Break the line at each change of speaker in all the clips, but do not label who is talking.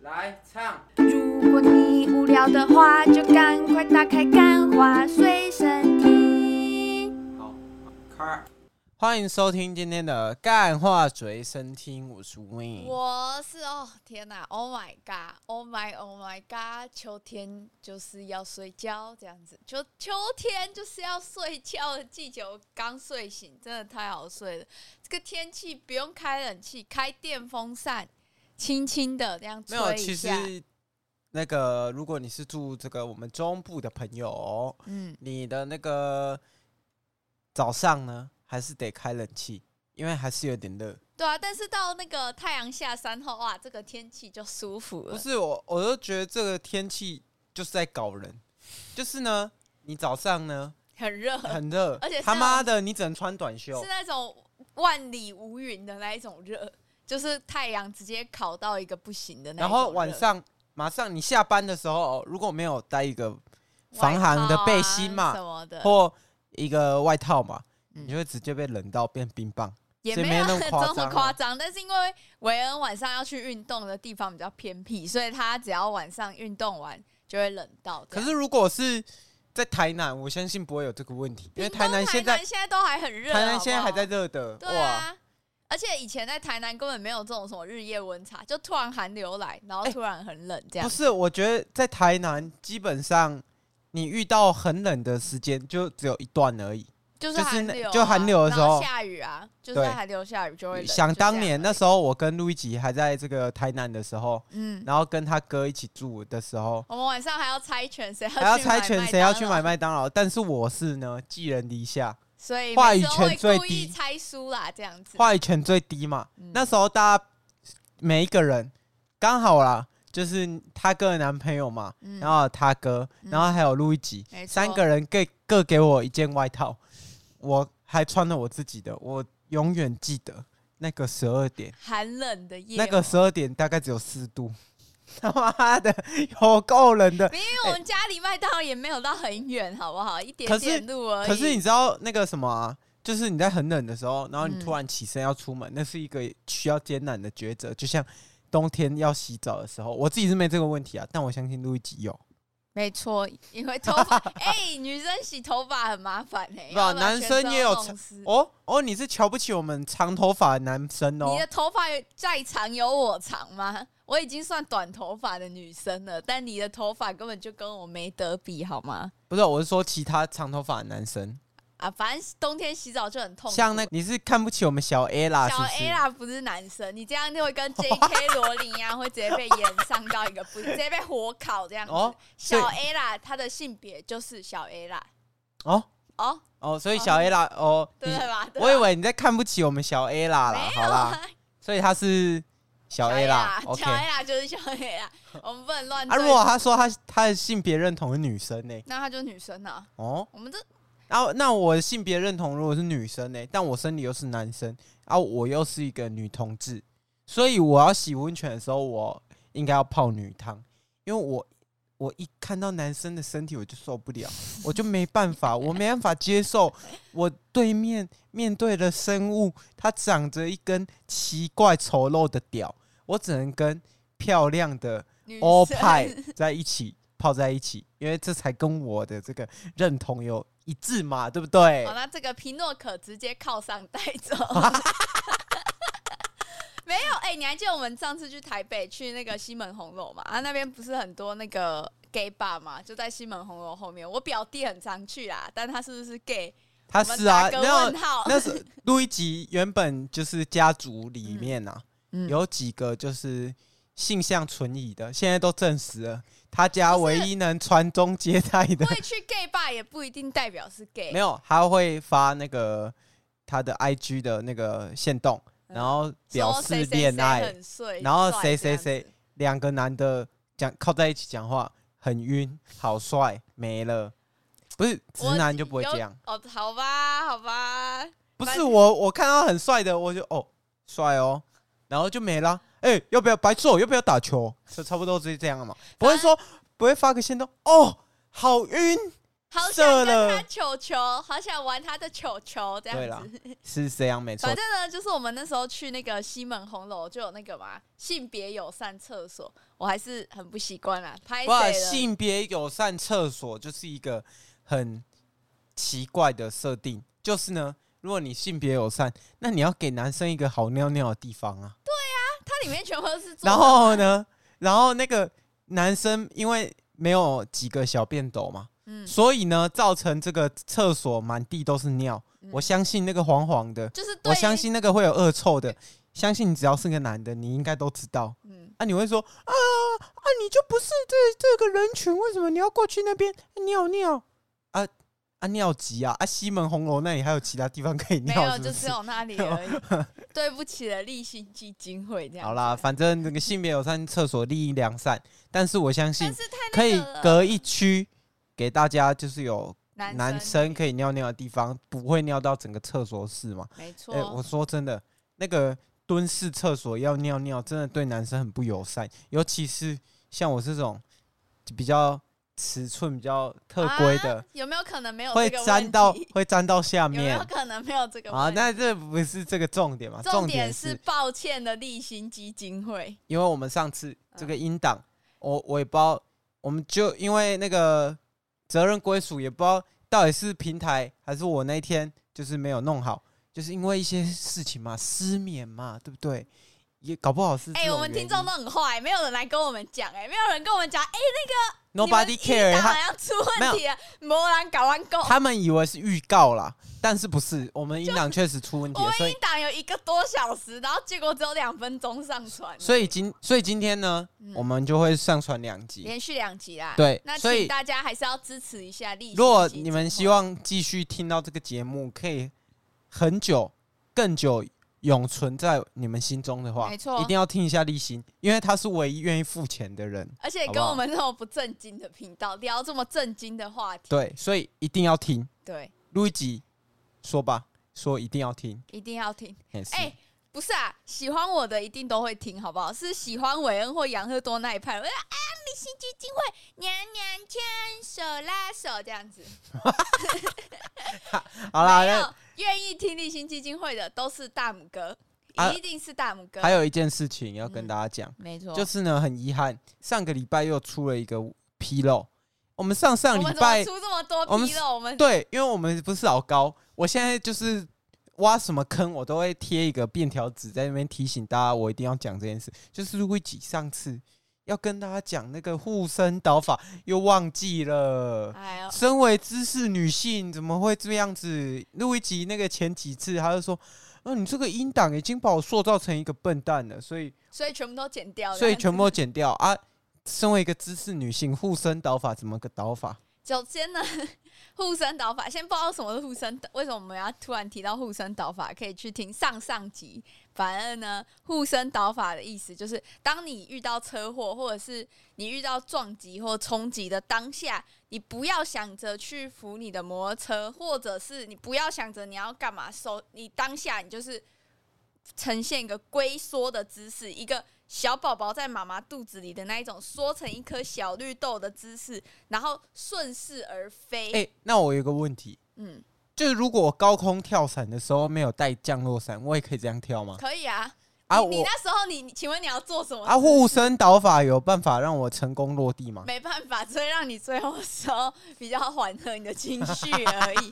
来唱，
如果你无聊的话，就赶快打开《干花随身听》。
好，开。
欢迎收听今天的干话随身听，我是 Win。
我是哦，天哪，Oh my God，Oh my Oh my God，秋天就是要睡觉这样子，秋秋天就是要睡觉的季节。我刚睡醒，真的太好睡了。这个天气不用开冷气，开电风扇，轻轻的这样
没
吹
有，
一
其
下。
实那个，如果你是住这个我们中部的朋友哦，
嗯，
你的那个早上呢，还是得开冷气，因为还是有点热。
对啊，但是到那个太阳下山后，哇，这个天气就舒服
不
了。
是我，我都觉得这个天气就是在搞人，就是呢，你早上呢
很热，
很热，
而且是
他妈
那
的你只能穿短袖
是，那种万里无云的那一种热，就是太阳直接烤到一个不行的那一
然
种
后晚
热
上马上你下班的时候，哦如果没有带一个
外
防寒的
套
背
啊
心嘛
什么的，
或一个外套嘛，
嗯
你就会直接被冷到变冰棒。
也
所以
没有
没那么夸
这么
张
夸
啊
张。但是因为韦恩晚上要去运动的地方比较偏僻，所以他只要晚上运动完就会冷到这
可
样。
是如果是在台南，我相信不会有这个问题，因为
屏
台
东
南现
台
在
南现在都还很热，
台南现在还在
好
热的，
不好对啊。而且以前在台南根本没有这种什么日夜温差，就突然寒流来，然后
哎
突然很冷这
哇！
样。
不是，我觉得在台南基本上你遇到很冷的时间就只有一段而已。
就是
就是
寒
那
流啊、
就寒流的时候
然后下雨啊，就是
对
在寒流下雨就会冷。
想当年那时
候，
候，我跟路易吉还在这个台南的时候，
嗯，
然后跟他哥一起住的时候，
我们晚上还要猜拳，谁
还要
去
猜
买
拳
麦
谁要
当
去
劳
买麦当劳，但是我是呢寄人篱下，
所以
话
每
语
次都
权
会
最
故意
低
猜输啦，这样子。
话语权最低嘛。
嗯
那时候大家每一个人刚好啦，就是他哥的男朋友嘛，
嗯
然后他哥，
嗯
然后还有路易吉，
没错
三个人各各给我一件外套，我还穿了我自己的，我永远记得那个十二点，
寒冷的夜晚，
那个十二点大概只有四度， 他妈的有够冷的。
因为我们家离麦当劳也没有到很远，好不好？一点
可是
点路而已。
可是你知道那个什么、啊？就是你在很冷的时候，然后你突
嗯
然起身要出门，那是一个需要艰难的抉择。就像冬天要洗澡的时候，我自己是没这个问题啊，但我相信路易吉有。
没错，因为头 发，哎、女生洗头发很麻烦哎、
不
要不然
男
全
生
身
也有
都
长
弄湿
哦哦，你是瞧不起我们长头发的男生哦
你？的头发再长有我长吗？我已经算短头发的女生了，但你的头发根本就跟我没得比，好吗？
不是，我是说其他长头发的男生，
啊，反正冬天洗澡就很痛苦。
像那你是看不起我们小 A 啦，是
小
不
A
是？
啦，不是男生，你这样就会 跟 J.K. 罗琳一样，会直接被延上到一个不，直接被火烤这样子。
哦所以
小 A 啦，他的性别就是小 A 啦。
哦
哦，
哦，所以小 A 啦，哦，你
对吧？对吧
我以为你在看不起我们小 A 啦啦，
没
好
有啊
啦，，所以他是小 A 啦，OK
哎小。A 啦就是小 A 啦，我们不能乱
啊，
对。
如果他说他他的性别认同是女生呢、
那他就是女生啊，
哦，
我们这
啊，那我的性别认同如果是女生呢、但我生理又是男生，啊，我又是一个女同志，所以我要洗温泉的时候，我应该要泡女汤，因为我我一看到男生的身体我就受不了，我就没办法，我没办法接受我对面面对的生物，它长着一根奇怪丑陋的屌，我只能跟漂亮的
女
欧
生
哦派在一起泡在一起，因为这才跟我的这个认同有一致嘛，对不对
好，？那这个皮诺可直接靠上带走。
啊
没有，哎、你还记得我们上次去台北去那个西门红楼嘛？啊，那边不是很多那个 gay bar 嘛，就在西门红楼后面。我表弟很常去啦，但他是不是 gay？
他
我们
是啊，
打个
那
问号。
那 是路易吉原本就是家族里面啊，
嗯
有几个就是性向存疑的，现在都证实了，他家
不
唯
是
一能传宗接代的，
会去 gay bar 也不一定代表是 gay。
没有，他会发那个他的 IG 的那个线动，
嗯
然后表
说谁
示
谁谁
恋爱，
很帅，
然后
帅
谁
这
谁
样
谁
子
两个男的讲靠在一起讲话很晕，好帅没了。不是直
我
男就不会
有
这样，
哦，好吧，好吧，
不
反
是我我看到很帅的我就哦帅哦，然后就没了。哎、要不要白做？要不要打球？就差不多就是这样了嘛，不会说不会发个线动哦，好晕，
好
射
想跟
了
他球球，好想玩他的球球这
对
样
啦
子。
是这样没错
反。正呢，就是我们那时候去那个西门红楼，就有那个嘛性别友善厕所。我还是很不习惯啦。拍
不然
谁了？
性别友善厕所就是一个很奇怪的设定，就是呢，如果你性别友善，那你要给男生一个好尿尿的地方啊。
它里面全部都是做。
然后呢，然后那个男生因为没有几个小便斗嘛，
嗯，
所以呢，造成这个厕所满地都是尿。
嗯
我相信那个黄黄的，
就是对
我相，信那个会有恶臭的，相信你只要是个男的，你应该都知道。
嗯，
啊，你会说啊啊，你就不是这这个人群，为什么你要过去那边尿尿啊啊尿急啊啊西门红楼那里还有其他地方可以
没
尿
有，
是不
就是只有那里 而已。对不起了，立信基金会这样。
好啦，，反正这个性别友善厕所利益良善，但是我相
但
信
是太
可以
那个了
隔一区给大家，就是有
男
男生可以尿尿的地方，不会尿到整个厕所室嘛。
没错
哎、，我说真的，那个蹲式厕所要尿尿，真的对男生很不友善，尤其是像我这种比较尺寸比较特规的，
啊有没有可能没有
会
这个
沾
问
到
题
会沾到下
有没
面
有可能没有这个
啊。
问题？
那这不是这个重点嘛？
重
点
点是抱歉的立新基金会，
因为我们上
嗯
次这个音档，我我也不知道，我们就因为那个责任归属，也不知道到底是平台还是我那天就是没有弄好，就是因为一些事情嘛，失眠嘛，对不对？也搞不好是
哎、
这种
我们
原
听众
因
都很坏，没有人来跟我们讲，哎，没有人跟我们讲，哎、你 们
nobody
一
care，
档好
他
像出问题了，没人搞完够。
他们以为是预告啦，但是不是？我们音档确实出问题
我
了，
们
所以
一档有一个多小时，然后结果只有两分钟上传，
所以今所以今天呢，
嗯
我们就会上传两集，
连续两集啦。
对
那
所以
请大家还是要支持一下立新基金会。
如果你们希望继续听到这个节目，可以很久、更久永存在你们心中的话，
没错
一定要听一下立新，因为他是唯一愿意付钱的人。
而
好
且
不
跟
好
我们这种不正经的频道聊这么正经的话题，
对，所以一定要听，
对，
录一集说吧，说一定要听。
一定要听。
哎、是
哎、不是啊，喜欢我的一定都会听，好不好？是喜欢韦恩或杨赫多那一派，我就啊，你心基金会娘娘牵手拉手这样子。
好啦，
没
那
有愿意听立新基金会的都是大拇哥，
啊
一定是大拇哥。
还有一件事情要跟
嗯
大家讲，
没错，
就是呢，很遗憾，上个礼拜又出了一个纰漏。我们上上
我
礼
们怎么
拜
出这么多
我们
纰漏？我 们
对，因为我们不是老高，我现在就是挖什么坑，我都会贴一个便条纸在那边提醒大家，我一定要讲这件事。就是如果几上次要跟大家讲那个护身导法，又忘记了。
哎呦，
身为知识女性，怎么会这样子？录一集那个前几次，他就说：“嗯、你这个音档已经把我塑造成一个笨蛋了，所以
所以全部都剪掉了，
所以全部都剪掉啊。”身为一个知识女性，护身导法怎么个导法？
首先呢，护身导法，先不知道什么是护身，为什么我们要突然提到护身导法？可以去听上上集。反而呢，护身导法的意思就是，当你遇到车祸或者是你遇到撞击或冲击的当下，你不要想着去扶你的摩托车，或者是你不要想着你要干嘛，手你当下你就是呈现一个龟缩的姿势，一个小宝宝在妈妈肚子里的那一种缩成一颗小绿豆的姿势，然后顺势而飞。
哎、那我有一个问题，
嗯，
就是如果我高空跳伞的时候没有带降落伞，我也可以这样跳吗？
可以啊。
啊，
你你
我
那时候你，你请问你要做什么？
啊护身导法有办法让我成功落地吗？
没办法，只会让你最后的时候比较缓和你的情绪 而已。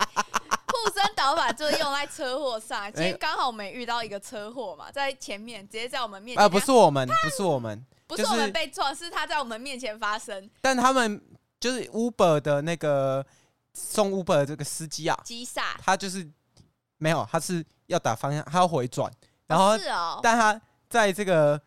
护身导法就是用在车祸
哎
上，今天刚好我们也遇到一个车祸嘛，在前面直接在我们面前，
啊，不是我们，不是我们，
不
就是是
我们被撞，是他在我们面前发生，
但他们就是 Uber 的那个送 Uber 的这个司机啊，
击杀。
他就是没有，他是要打方向，他要回转，然后
哦是哦，
但他在这个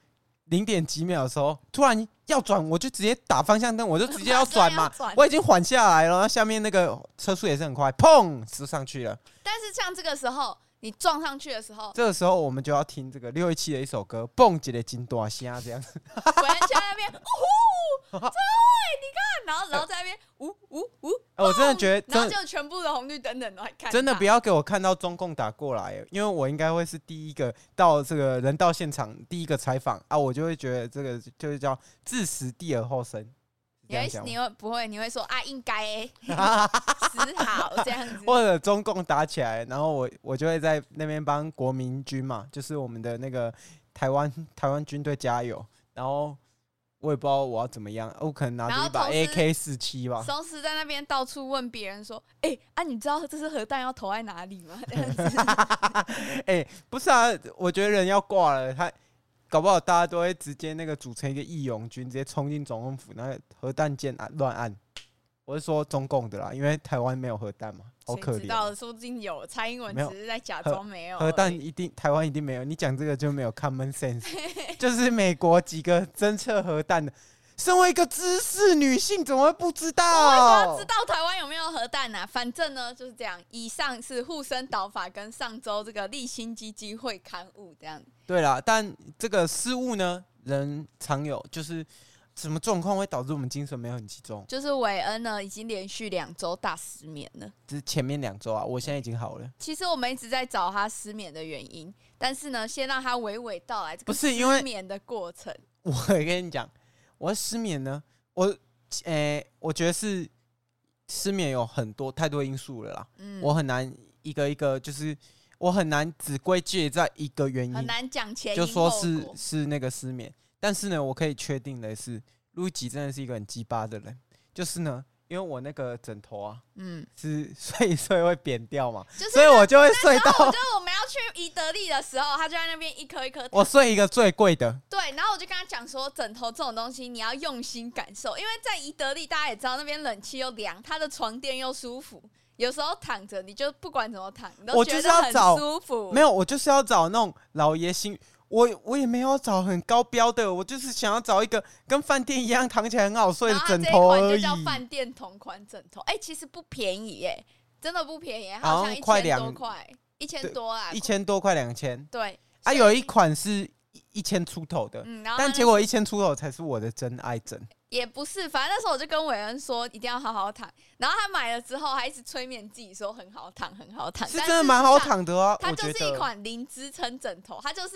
零点几秒的时候，突然要转，我就直接打方向灯，我就直接要转
马
嘛
啊上要转，
我已经缓下来了，然后下面那个车速也是很快，砰就上去了。
但是像这个时候你撞上去的时 候，
这个时候我们就要听这个六一七的一首歌《蹦姐的金多虾》这样 子，
我人在那边，呜 呼，真会，你看，然后然后在那边，呜呜呜，
哎我真的觉得
然后
真的
就全部的红绿灯等都在看他，
真的不要给我看到中共打过来，因为我应该会是第一个到这个人到现场第一个采访啊，我就会觉得这个就是叫自食地而后生。
你
这
会
样讲吗
你会不会？你会说啊，应该、 欸，只好这样 子。
或者中共打起来，然后我我就会在那边帮国民军嘛，就是我们的那个台湾台湾军队加油。然后我也不知道我要怎么样，我可能拿
然
着
后
一把
同时
AK 四七吧，
松狮在那边到处问别人说：“哎、啊，你知道这是核弹要投在哪里吗？”这样 子
哎、不是啊，我觉得人要挂了，他搞不好大家都会直接那个组成一个义勇军，直接冲进总统府，然后核弹键按乱按。我是说中共的啦，因为台湾没有核弹嘛， 好可
谁知道
怜。
的，说不定有蔡英文
没有
只是在假
核
装没有
核
而
弹
已
呃一定，台湾一定没有。你讲这个就没有 common sense，就是 美国几个侦测核弹的，身为一个知识女性，怎么会不知
我为什么要
道
知？道台湾有没有核弹呢、反正呢就是这样。以上是护身导法跟上周这个立新基金会刊物这样。
对啦，但这个失误呢，人常有，就是什么状况会导致我们精神没有很集中？
就是韦恩呢已经连续两周大失眠了。
只是前面两周啊，我现在已经好了。
其实我们一直在找他失眠的原因，但是呢，先让他娓娓道来这
不
个
是
失
因为
眠的过程。
我跟你讲，我失眠呢，我诶、我觉得是失眠有很多太多因素了啦，
嗯，
我很难一个一个，就是我很难只归结在一个原
很
因，
难讲前因
就说
后
是
果
是那个失眠。但是呢，我可以确定的是，路易吉真的是一个很鸡巴的人，就是呢，因为我那个枕头啊
嗯，
是睡 一睡会扁掉嘛，
就是
所以我就会睡
我
到
觉得我们要去宜得利的时候，他就在那边一颗一颗
我睡一个最贵的，
对，然后我就跟他讲说，枕头这种东西你要用心感受，因为在宜得利大家也知道那边冷气又凉，它的床垫又舒服，有时候躺着你就不管怎么躺，你
我
都
就是
觉
要
得很
找
舒服。
没有，我就是要找那种老爷心，我我也没有找很高标的，我就是想要找一个跟饭店一样躺起来很好睡的
然后它
枕
这一
头
款
而
就
已，
叫饭店同款枕头，哎、其实不便宜耶、真的不便宜，
好像
好像一
快
千多
两
块，一
对
千多啊，
一千多块两千
对
啊，
所以
有一款是一一千出头的，
嗯，然后它
但
那
结果一千出头才是我的真爱枕，
也不是，反正那时候我就跟伟恩说一定要好好躺，然后他买了之后还一直催眠自己说很好躺，很好躺，
是
啊但
真的
事
蛮
实
好
上
躺的啊，
它
我
就
觉
是一
得。
款零支撑枕头，它就是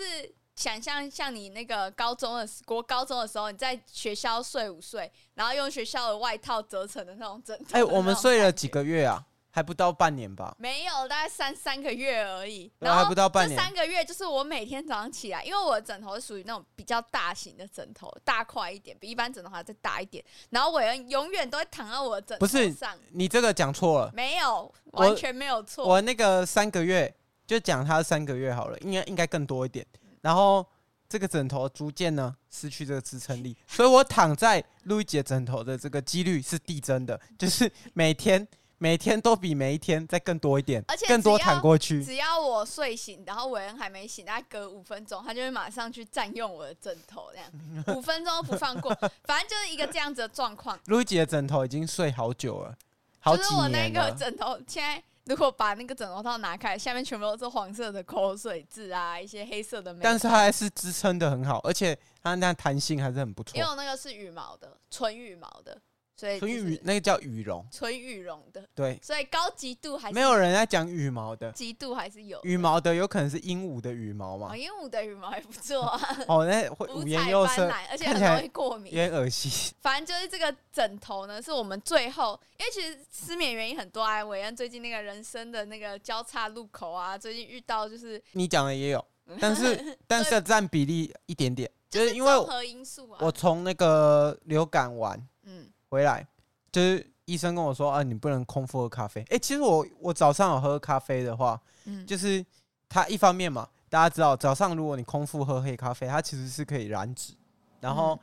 想象像你那个高中的时国高中的时候，你在学校睡午睡，然后用学校的外套折成的那种枕头。
哎、我们睡了几
个？
个月啊，还不到半年吧？
没有，大概三三个月而已。
对
然后
还不到半
这
年
三个月就是我每天早上起来，因为我的枕头是属于那种比较大型的枕头，大块一点，比一般枕头还要再大一点。然后我永远都会躺到我的枕
不是
头上，
你这个讲错了，
没有，
我
完全没有嗯错。
我那个三个月就讲他三个月好了，应该应该更多一点。然后这个枕头逐渐呢失去这个支撑力，所以我躺在路易姐枕头的这个几率是递增的，就是每天每天都比每一天再更多一点，
而且
更多
只要
躺过去。
只要我睡醒，然后韦恩还没醒，大概隔五分钟，他就会马上去占用我的枕头，这样五分钟都不放 过。反正就是一个这样子的状况。
路易姐的枕头已经睡好久了，好
就
几
是我那
年
个
了。
枕头，现在如果把那个枕头套拿开，下面全部都是黄色的口水渍啊，一些黑色的美。
但是它还是支撑的很好，而且它那弹性还是很不错
因为。我那个是羽毛的，纯羽毛的，所以
所以
就是
羽那个叫羽绒，
纯羽绒的，
对，
所以高级度还是
没有人在讲羽毛 的，
极度还是有的
羽。毛的有可能是鹦鹉的羽毛嘛
哦，，鹦鹉的羽毛还不错 啊，
哦，那会
五
五颜
彩
六
斑
色，
斓，而且
看
很
起来
容易过
有
敏。
点恶心。
反正就是这个枕头呢，是我们最后，因为其实失眠原因很多啊。韦恩最近那个人生的那个交叉路口啊，最近遇到就是
你讲的 也有，但是但是占比例一点点，就
就是
因为
综合因素啊。
我从那个流感完
嗯，
回来，就是医生跟我说啊，你不能空腹喝咖啡。哎、其实我我早上有喝咖啡的话，
嗯
就是它一方面嘛，大家知道早上如果你空腹喝黑咖啡，它其实是可以燃脂，然后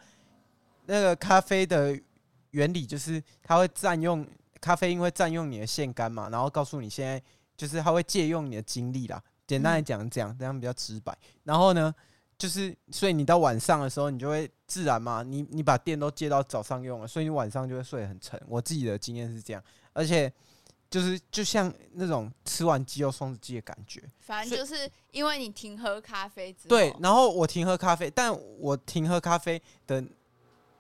那个咖啡的原理就是它会占用咖啡因会占用你的腺苷嘛，然后告诉你现在就是它会借用你的精力啦。简单来讲是这样，这样比较直白。然后呢，就是所以你到晚上的时候，你就会自然嘛，你你把电都借到早上用了，所以你晚上就会睡得很沉。我自己的经验是这样，而且就是就像那种吃完鸡肉松子鸡的感觉。
反正就是因为你停喝咖啡之后，
对，然后我停喝咖啡，但我停喝咖啡的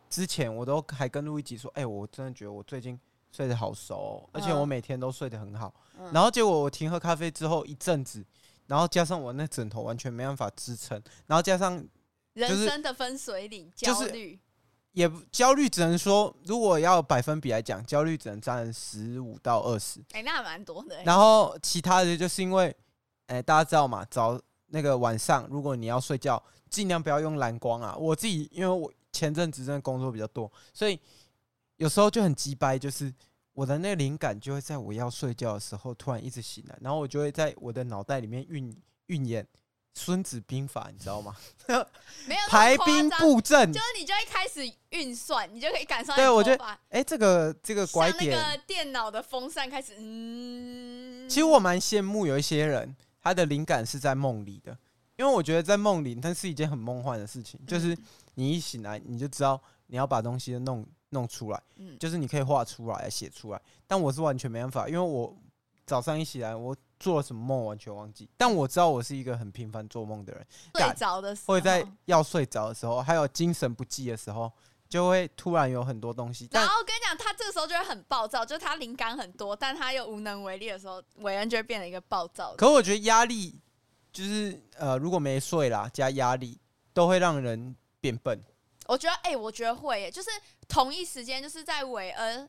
之前，我都还跟路易吉说：“哎、我真的觉得我最近睡得好熟哦、而且我
嗯
每天都睡得很好。
嗯
然后结果我停喝咖啡之后一阵子，然后加上我那枕头完全没办法支撑，然后加上
人生的分水岭、
就是
焦虑，
也不焦虑，只能说如果要百分比来讲，焦虑只能占十五到二十。
哎、那还蛮多的、欸。
然后其他的就是因为，哎、大家知道嘛，早那个晚上如果你要睡觉，尽量不要用蓝光啊。我自己因为我前阵子真的工作比较多，所以有时候就很鸡掰，就是我的那个灵感就会在我要睡觉的时候突然一直醒来，然后我就会在我的脑袋里面运运演《孙子兵法》，你知道吗？
没有那么
排
夸
兵
张
布阵
就，是你就会开始运算，你就可以感受到
对
你
我
头
觉得
发
哎、这个这个拐
像那
点，
个电脑的风扇开始，嗯，
其实我蛮羡慕有一些人，他的灵感是在梦里的，因为我觉得在梦里，它是一件很梦幻的事情，就是你一醒来，你就知道你要把东西弄弄出来，
嗯
就是你可以画出来、写出来。但我是完全没办法，因为我早上一起来，我做了什么梦我完全忘记，但我知道我是一个很频繁做梦的人，
睡着的时候，
会在要睡着的时候，还有精神不济的时候，就会突然有很多东西。
然
但
后跟你讲，他这个时候就会很暴躁，就是他灵感很多，但他又无能为力的时候，韦恩就会变得一个暴躁的。
可我觉得压力就是呃，如果没睡啦，加压力都会让人变笨。
我觉得，哎、我觉得会耶，就是同一时间，就是在韦恩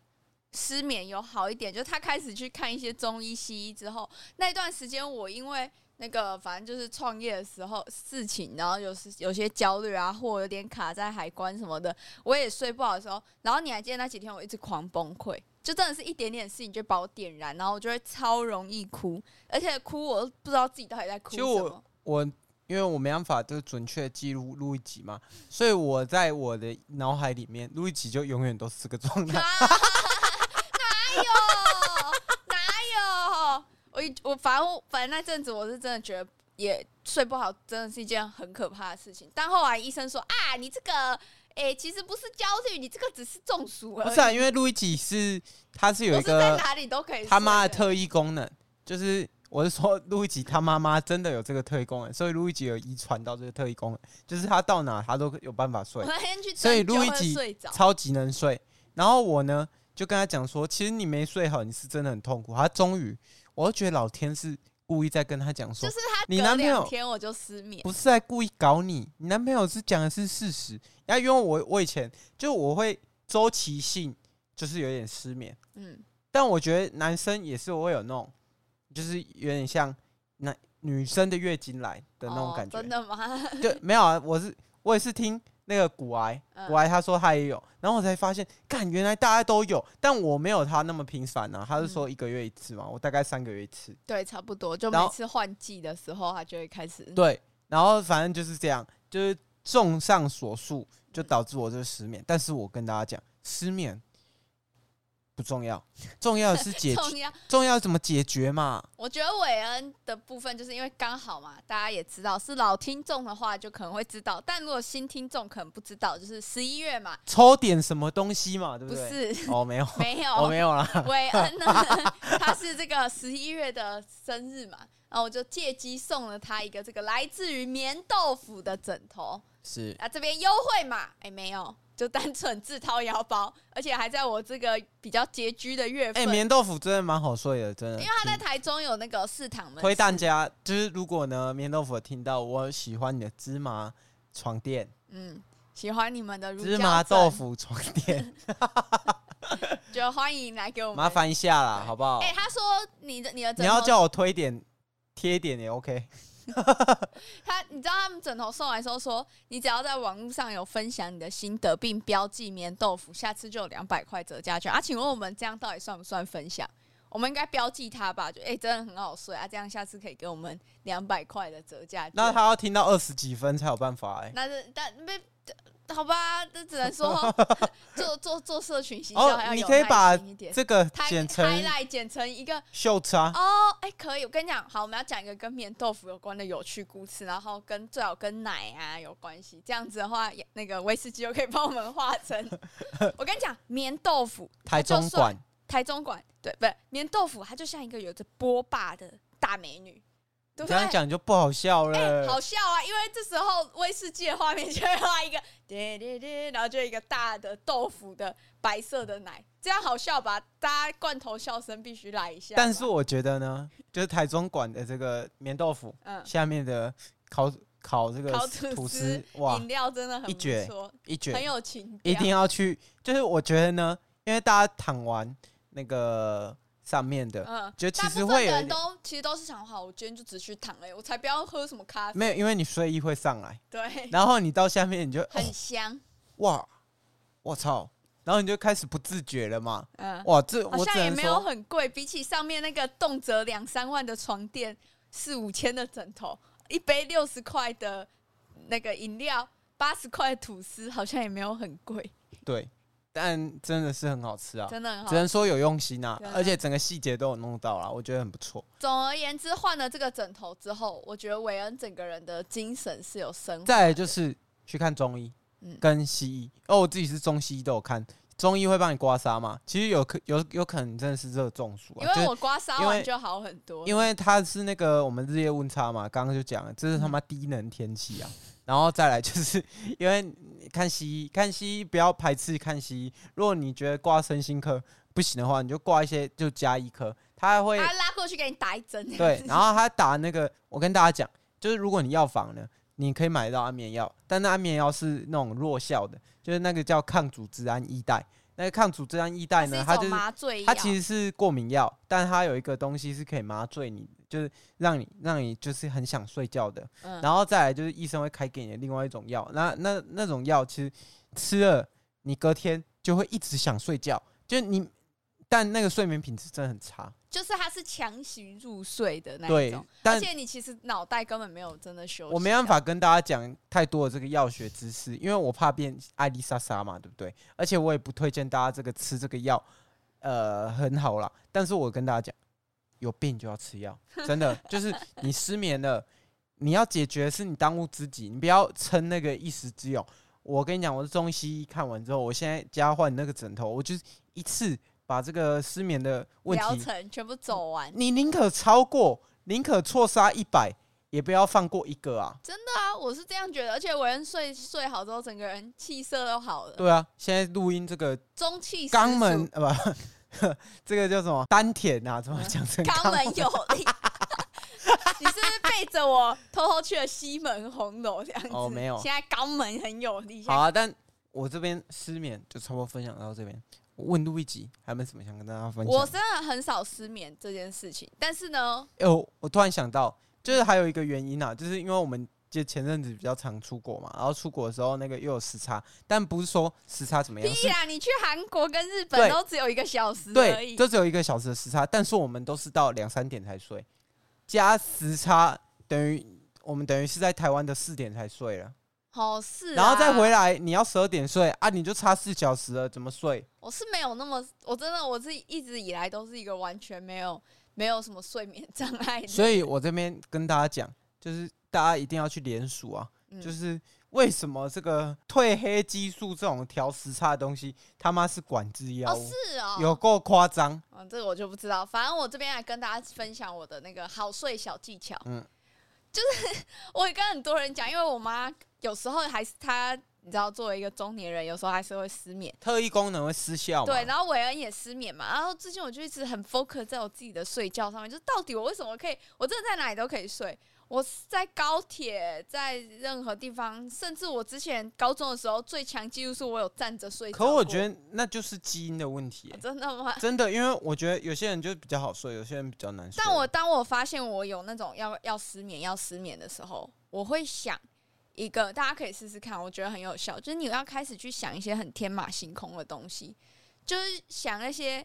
失眠有好一点，就是他开始去看一些中医、西医之后，那一段时间我因为那个反正就是创业的时候事情，然后有时有些焦虑啊，或有点卡在海关什么的，我也睡不好的时候，然后你还记得那几天我一直狂崩溃，就真的是一点点事情就把我点燃，然后我就会超容易哭，而且哭我都不知道自己到底在哭
其实
什
我
么。
我因为我没办法就是准确记录录一集嘛，所以我在我的脑海里面录一集就永远都是这个状 态。
啊哪有 哪有？我一我反正我反正那阵子我是真的觉得也睡不好，真的是一件很可怕的事情。但后来医生说啊，你这个哎、其实不是焦虑，你这个只是中暑而
不
已。
是啊，因为录一集是它是有
不
一
是在
个
哪里都可以睡。
他妈的特异功能，就是我是说录一集他妈妈真的有这个特异功能，所以录一集有遗传到这个特异功能，就是他到哪他都有办法睡
我。那天去针灸
所以录一
会
集
睡着，
超级能睡。然后我呢，就跟他讲说，其实你没睡好，你是真的很痛苦。他终于，我就觉得老天是故意在跟他讲说，
就是他
你
隔
男朋友
两天我就失眠。
不是在故意搞你，你男朋友是讲的是事实。然后因为我我以前就我会周期性就是有点失眠，
嗯，
但我觉得男生也是会有那种，就是有点像男女生的月经来的那种
哦
感觉。
真的吗？
就没有啊，我是我也是听那个古癌，
嗯
古癌他说他也有，然后我才发现，干原来大家都有，但我没有他那么频繁啊。他是说一个月一次
嗯
嘛，我大概三个月一次。
对，差不多。就
然
每
后
次换季的时候，他就会开始。
对，然后反正就是这样，就是综上所述，就导致我这个失眠。但是我跟大家讲，失眠不重 要，重要的是解决，
重要
重要是怎么解决嘛。
我觉得韦恩的部分，就是因为刚好嘛，大家也知道是老听众的话，就可能会知道；但如果新听众可能不知道，就是十一月嘛，
抽点什么东西嘛，对
不
对？
是
哦，没有，
没有，
哦，没有啦。
韦恩 呢，他是这个十一月的生日嘛，然后我就借机送了他一个这个来自于棉豆腐的枕头
是
啊，这边优惠嘛，哎、没有，就单纯自掏腰包，而且还在我这个比较拮据的月
哎、
份，
棉豆腐真的蛮好睡的，真的。
因为他在
嗯
台中有那个市场门
推
市
大家，就是如果呢，棉豆腐有听到我喜欢你的芝麻床垫、
嗯，喜欢你们的乳
芝
胶
麻
枕
豆腐床垫，
就欢迎来给我们
麻。烦一下啦，好不好
哎、？他说你的你的
你
枕头，
要叫我推点贴点也 OK，
啊他，你知道他们枕头送来的时候说，你只要在网络上有分享你的心得并标记棉豆腐，下次就有两百块折价券啊。请问我们这样到底算不算分享？我们应该标记它吧？就哎、真的很好睡啊，这样下次可以给我们两百块的折价券。
那他要听到二十几分才有办法哎、
那是但没。好吧，这只能说做做做社群形象还
哦，
要
你
有
可以把
耐心一点，
这个
拍
剪成
highlight 剪成一个
秀叉，
哦，哎、可以，我跟你讲，好，我们要讲一个跟棉豆腐有关的有趣故事，然后跟最好跟奶啊有关系，这样子的话，也那个威士忌就可以帮我们化 成。我跟你讲，棉豆腐，
台中
算
馆
台中馆，对，不是棉豆腐，它就像一个有着波霸的大美女，对不
这样
对？
讲就呃不好笑了。
好笑啊，因为这时候威士忌的画面就会画一个 滴滴滴，然后就一个大的豆腐的白色的奶，这样好笑吧？大家罐头笑声必须来一下吧。
但是我觉得呢，就是台中馆的这个棉豆腐
嗯，
下面的烤烤这个
烤
吐
吐
司
司，
哇
饮，料真的很
一
不
绝
错，
一卷
很有情调。
一定要去。就是我觉得呢，因为大家躺完那个上面的，
嗯，
就其
大
实
部
会
分
有
人
一点
都其实都是想好，我今天就只去躺哎、我才不要喝什么咖啡，
没有，因为你睡意会上来，
对，
然后你到下面你就、哦
很香。
哇，我操，然后你就开始不自觉了嘛，
嗯，
哇，这
好
我
像
只
也
能
没有
说，
很贵，比起上面那个动辄两三万的床垫、四五千的枕头、一杯六十块的那个饮料、八十块的吐司，好像也没有很 贵，
对，但真的是很好吃啊，
真的很
只
好。
能说有用心啊
对啊，
而且整个细节都有弄到啦，我觉得很不错。
总而言之，换了这个枕头之后，我觉得韦恩整个人的精神是有升华。
再来就是去看中医
嗯，
跟西医。哦，我自己是中西医都有看，中医会帮你刮痧嘛？其实有可有有可能你真的是热中暑、
因
啊，就
为
是
我刮痧
因为
完就好很多，
因为它是那个我们日夜温差嘛，刚刚就讲了，这是他妈低能天气
嗯
啊。然后再来就是因为你看西医，看西医不要排斥看西医。如果你觉得挂身心科不行的话，你就挂一些就加医科，他会
他拉过去给你打一针。
对，然后他打那个，我跟大家讲，就是如果你药房呢，你可以买到安眠药，但那安眠药是那种弱效的，就是那个叫抗组织胺一代。那个抗组织胺一代
它
呢，
是
它
一
就
种
是
麻醉药，
它其实是过敏药，但它有一个东西是可以麻醉你，就是让你让你就是很想睡觉的。
嗯
然后再来就是医生会开给你的另外一种药，那那那种药其实吃了你隔天就会一直想睡觉，就是你，但那个睡眠品质真的很差。
就是它是强行入睡的那一
对
种，，而
但
且你其实脑袋根本没有真的休息。啊
我没办法，跟大家讲太多的这个药学知识，因为我怕变艾丽莎莎嘛，对不对？而且我也不推荐大家这个吃这个药，呃，很好啦。但是我跟大家讲，有病就要吃药，真的就是你失眠了，你要解决是你当务之急，你不要撑那个一时之勇。我跟你讲，我是中西医看完之后，我现在加换那个枕头，我就是一次把这个失眠的问
疗
题
程全部走完。
你宁可超过，宁可错杀一百，也不要放过一个啊！
真的啊，我是这样觉得，而且我人睡睡好之后，整个人气色都好了，
对啊，现在录音这个
中气十足
肛门呃不， 这个叫什么丹田啊？怎么
嗯
讲成
肛
门？
门有力。 你是不是背着我偷偷去了西门红楼这样子？
哦没有
现在肛门很有力。
好啊，但我这边失眠就差不多分享到这边。我温度一集，还没什么想跟大家分享。
我真的很少失眠这件事情，但是呢，
哎、我我突然想到，就是还有一个原因啊，就是因为我们就前阵子比较常出国嘛，然后出国的时候那个又有时差，但不是说时差怎么样，
屁
是
啦，啊你去韩国跟日
对
本都只有一个小时而
对，
已。
就只有一个小时的时差，但是我们都是到两三点才睡，加时差等于我们等于是在台湾的四点才睡了。
好哦是，啊
然后再回。来，你要十二点睡啊，你就差四小时了，怎么睡？
我是没有那么，我真的我是一直以来都是一个完全没有没有什么睡眠 障碍的，
所以我这边跟大家讲，就是大家一定要去联署啊，
嗯
就是为什么这个褪黑激素这种调时差的东西，他妈是管制药
哦
物，
是哦，
有够夸张。
哦，这个我就不知道。反正我这边来跟大家分享我的那个好睡小技巧。嗯
嗯，
就是 我也跟很多人讲，因为我妈有时候还是她，你知道，作为一个中年人，有时候还是会失眠。
特异功能会失效嘛？
对，然后韦恩也失眠嘛，然后最近我就一直很 focus 在我自己的睡觉上面，就是到底我为什么可以，我真的在哪里都可以睡，我是在高铁，在任何地方，甚至我之前高中的时候最强记录是我有站着睡着
可
过。
我觉得那就是基因的问题、欸
哦真的吗？
真的，因为我觉得有些人就比较好睡，有些人比较难睡。
但我当我发现我有那种要要失眠、要失眠的时候，我会想一个，大家可以试试看，我觉得很有效。就是你要开始去想一些很天马行空的东西，就是想那些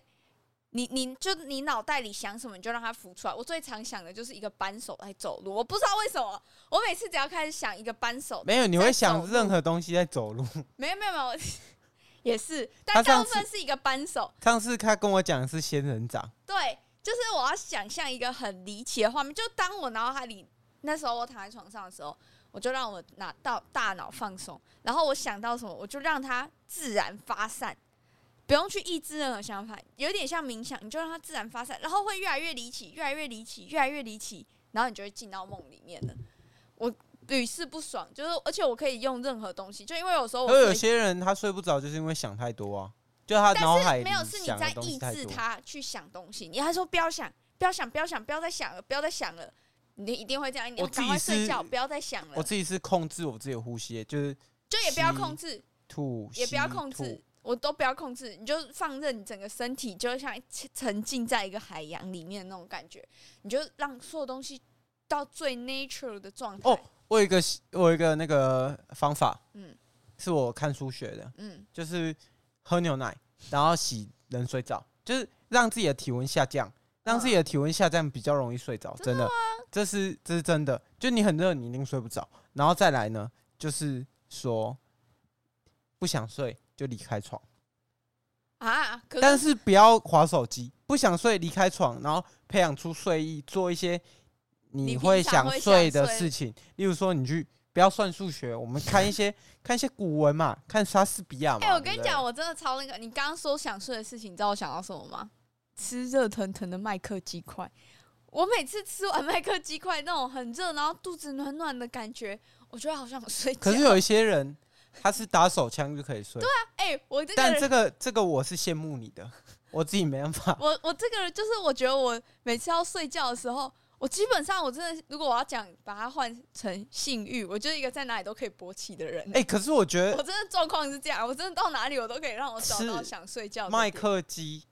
你你就你脑袋里想什么，你就让它浮出来。我最常想的就是一个扳手在走路，我不知道为什么，我每次只要开始想一个扳手，
没有，你会
在走
想
路
任何东西在走路。
没有没有没有， 也是，
他
但大
上
部分是一个扳手，
上次他跟我讲的是仙人掌。
对，就是我要想象一个很离奇的画面，就当我脑海里那时候我躺在床上的时候，我就让我拿到大脑放松，然后我想到什么，我就让它自然发散，不用去抑制任何想法，有点像冥想，你就让它自然发散，然后会越来越离奇，越来越离奇，越来越离奇，然后你就会进到梦里面了。我屡试不爽，就是而且我可以用任何东西，就因为有时候我
可有
睡
些人他睡不着，就是因为想太多啊，就他脑海里
没有，是你
想的
在
东
抑
西太
制
多。
他去想东西。你还说不要想，不要想，不要想，不要再想了，不要再想了。你一定会这样，你
我自
赶
己
快睡
是
觉，不要再想了
我，自己是控制我自己的呼吸，就是
就也不要
吸
控制，
吐，
也不要
吸
控制
吐，
我都不要控制，你就放任你整个身体，就像沉沉浸在一个海洋里面的那种感觉，你就让所有东西
哦
到最 natural 的状态。
哦我有一个我有一个那个方法，
嗯
嗯，是我看书学的，
嗯，
就是喝牛奶，然后洗冷水澡，就是让自己的体温下降，让
嗯
自己的体温下降比较容易睡着，真的，这是这是真的。就你很热，你一定睡不着。然后再来呢，就是说不想睡就离开床，
啊， 可
但
是
是不要划手机，不想睡离开床，然后培养出睡意，做一些
你
你
平
会
常
想
会想
睡的
睡
事情，例如说你去。不要算数学，我们看一些看一些古文嘛，看莎士比亚嘛。
哎、我
对
跟你
不对
讲，我真的超那个。你刚刚说想睡的事情，你知道我想到什么吗？吃热腾腾的麦克鸡块。我每次吃完麦克鸡块，那种很热，然后肚子暖暖的感觉，我觉得好想睡觉。
可是有一些人，他是打手枪就可以睡，
哎、我这个
但
人，
这个这个我是羡慕你的，我自己没办法。
我我这个人就是，我觉得我每次要睡觉的时候，我基本上我真的，如果我要讲把它换成性欲，我就是一个在哪里都可以勃起的人。
哎、可是我觉
我
得
真的状况是这样，我真的到哪里我都可以让我找到
是
想睡觉的点。
麦克鸡，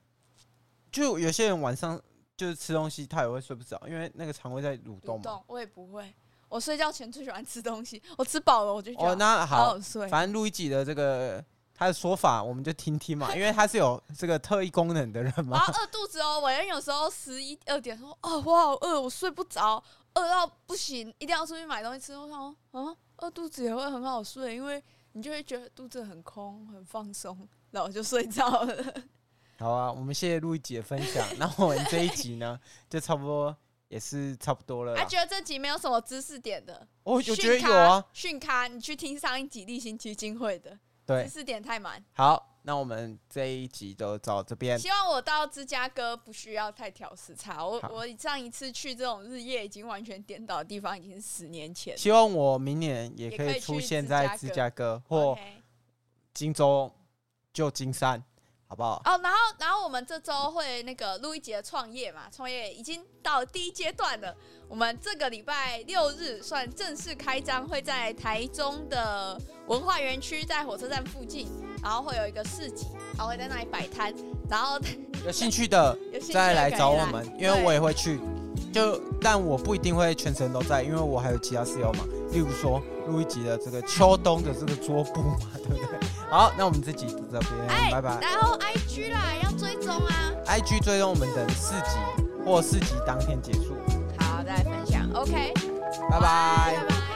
就有些人晚上就是吃东西，他也会睡不着，因为那个肠胃在蠕动
蠕
嘛。
动，我也不会。我睡觉前最喜欢吃东西，我吃饱了我就觉
哦，
得
那
好
好
好，睡。
反正路易吉的这个他的说法，我们就听听 嘛，因为他是有这个特异功能的人
我
嘛
要。饿肚子哦，我人有时候十一二点说哦，我好饿，我睡不着，饿到不行，一定要出去买东西吃。我想说，嗯，饿肚子也会很好睡，因为你就会觉得肚子很空，很放松，然后就睡着了。
好啊，我们谢谢路易吉的分享。那我们这一集呢，就差不多也是差不多了
他、
啦。
觉得这集没有什么知识点的，
啊我我
啊训
觉得
咖
有啊，，
训咖，你去听上一集立新基金会的
对
知，识点太满。
好，那我们这一集就到这边。
希望我到芝加哥不需要太调时差。我
好
我上一次去这种日夜已经完全颠倒的地方，已经是十年前。
希望我明年也
也
可
可
以
以
出
去
现
芝
在
加
芝
哥
加哥或
OK
金州、旧金山，好不好？
哦，然后然后我们这周会那个录一节创业嘛，创业已经到第一阶段了。我们这个礼拜六日算正式开张，会在台中的文化园区，在火车站附近，然后会有一个市集，然后会在那里摆摊，然后
有兴趣的
有兴趣
再
的
来
可以
找我
来
们，因为
对
我也会去。就但我不一定会全程都在，因为我还有其他事要忙，例如说录一集的这个秋冬的这个桌布嘛，对不对？好，那我们这集就到这边，
哎，
拜拜。
然后 IG 啦要追踪啊。
IG 追踪我们等四集或四集当天结束，
好，再来分享。OK，
拜拜
拜拜。